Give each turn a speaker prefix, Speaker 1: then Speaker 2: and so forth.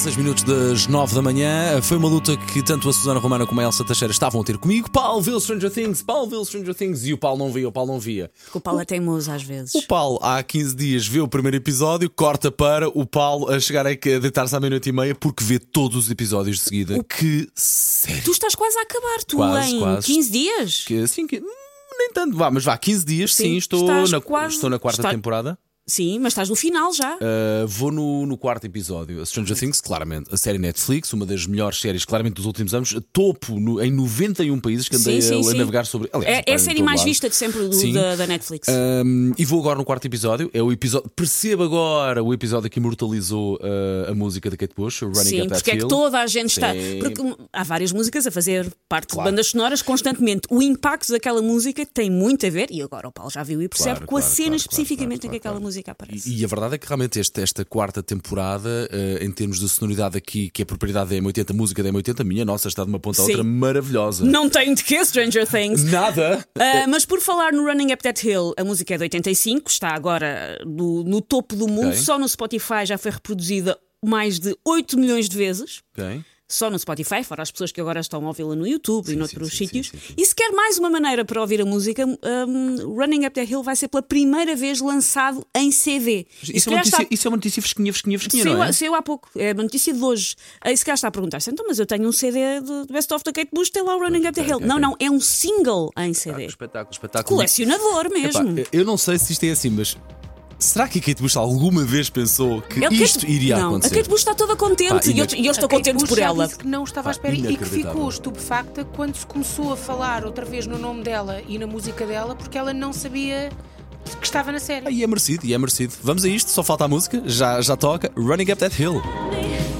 Speaker 1: 6 minutos das 9 da manhã. Foi uma luta que tanto a Susana Romana como a Elsa Teixeira estavam a ter comigo. Paulo viu Stranger Things, Paulo viu Stranger Things e o Paulo não via, o Paulo não via.
Speaker 2: Porque o Paulo é teimoso às vezes.
Speaker 1: O Paulo, há 15 dias, vê o primeiro episódio, corta para o Paulo a chegar a a deitar-se à meia-noite e meia porque vê todos os episódios de seguida. Que sério.
Speaker 2: Tu estás quase a acabar, tu
Speaker 1: Quase,
Speaker 2: em
Speaker 1: quase.
Speaker 2: 15 dias?
Speaker 1: Que, assim que. hum, Nem tanto, vá, mas vá, 15 dias, sim,
Speaker 2: Sim,
Speaker 1: estou,
Speaker 2: estás
Speaker 1: na,
Speaker 2: quase-
Speaker 1: estou na quarta
Speaker 2: está-
Speaker 1: temporada.
Speaker 2: Sim, mas estás no final já.
Speaker 1: Uh, vou no, no quarto episódio. A Stranger Things, claramente, a série Netflix, uma das melhores séries, claramente, dos últimos anos, topo no- em 91 países que andei
Speaker 2: Sim, sim,
Speaker 1: a, a
Speaker 2: sim.
Speaker 1: navegar sobre. Aliás,
Speaker 2: é, é a
Speaker 1: em
Speaker 2: série
Speaker 1: todo
Speaker 2: mais
Speaker 1: lado.
Speaker 2: vista de sempre do-
Speaker 1: Sim.
Speaker 2: da, da Netflix.
Speaker 1: Um, e vou agora no quarto episódio. É o episódio. Perceba agora o episódio que imortalizou uh, a música da Kate Bush, o Running
Speaker 2: Sim,
Speaker 1: Up That
Speaker 2: porque é que
Speaker 1: Hill.
Speaker 2: toda a gente está.
Speaker 1: Sim.
Speaker 2: Porque há várias músicas a fazer parte
Speaker 1: Claro.
Speaker 2: de bandas sonoras constantemente. O impacto daquela música tem muito a ver, e agora o Paulo já viu e percebe,
Speaker 1: Claro,
Speaker 2: com a
Speaker 1: claro,
Speaker 2: cena
Speaker 1: claro,
Speaker 2: especificamente
Speaker 1: claro,
Speaker 2: em que aquela
Speaker 1: claro,
Speaker 2: música aparece.
Speaker 1: E, e a verdade é que realmente este- esta quarta temporada, eh, em termos de sonoridade aqui, que é propriedade da M80, a música da M80, a minha nossa, está de uma ponta à
Speaker 2: Sim.
Speaker 1: outra maravilhosa.
Speaker 2: Não tem de que Stranger Things.
Speaker 1: Nada!
Speaker 2: Ah, mas por falar no Running Up That Hill, a música é de 85, está agora do- no topo do mundo,
Speaker 1: Ok.
Speaker 2: só no Spotify já foi reproduzida mais de 8 milhões de vezes.
Speaker 1: Ok.
Speaker 2: Só no Spotify, fora as pessoas que agora estão a ouvi-la no YouTube e noutros
Speaker 1: sim, sim,
Speaker 2: sítios.
Speaker 1: sim, sim.
Speaker 2: E se quer mais uma maneira para ouvir a música, um, Running Up That Hill vai ser pela primeira vez lançado em CD. E
Speaker 1: Isso,
Speaker 2: se
Speaker 1: é uma
Speaker 2: calhar
Speaker 1: notícia,
Speaker 2: está-
Speaker 1: isso é uma notícia fresquinha, fresquinha, fresquinha,
Speaker 2: Saiu,
Speaker 1: não é?
Speaker 2: saiu há pouco, é uma notícia de hoje. Aí se calhar está a perguntar-se, então, mas eu tenho um CD de de Best of da Kate Bush, tem lá o Running Up That Hill. Não, não, é um single em CD.
Speaker 1: Espetáculo, espetáculo.
Speaker 2: Colecionador
Speaker 1: Epá,
Speaker 2: mesmo.
Speaker 1: eu não sei se isto é assim, mas será que a Kate Bush alguma vez pensou que
Speaker 2: Ele-
Speaker 1: isto
Speaker 2: Kate-
Speaker 1: iria
Speaker 2: não,
Speaker 1: acontecer?
Speaker 2: A Kate Bush está toda contente
Speaker 1: Pá,
Speaker 2: e eu,
Speaker 1: inac-
Speaker 2: e eu estou
Speaker 3: A Kate
Speaker 2: contente
Speaker 3: Bush
Speaker 2: por
Speaker 3: já
Speaker 2: ela.
Speaker 3: disse que não estava
Speaker 1: Pá,
Speaker 3: à espera e que
Speaker 1: inacreditável.
Speaker 3: ficou estupefacta quando se começou a falar outra vez no nome dela e na música dela porque ela não sabia que estava na série.
Speaker 1: Ah, e é merecido, e é merecido. Vamos a isto, só falta a música, já, já toca. Running Up That Hill.
Speaker 4: me.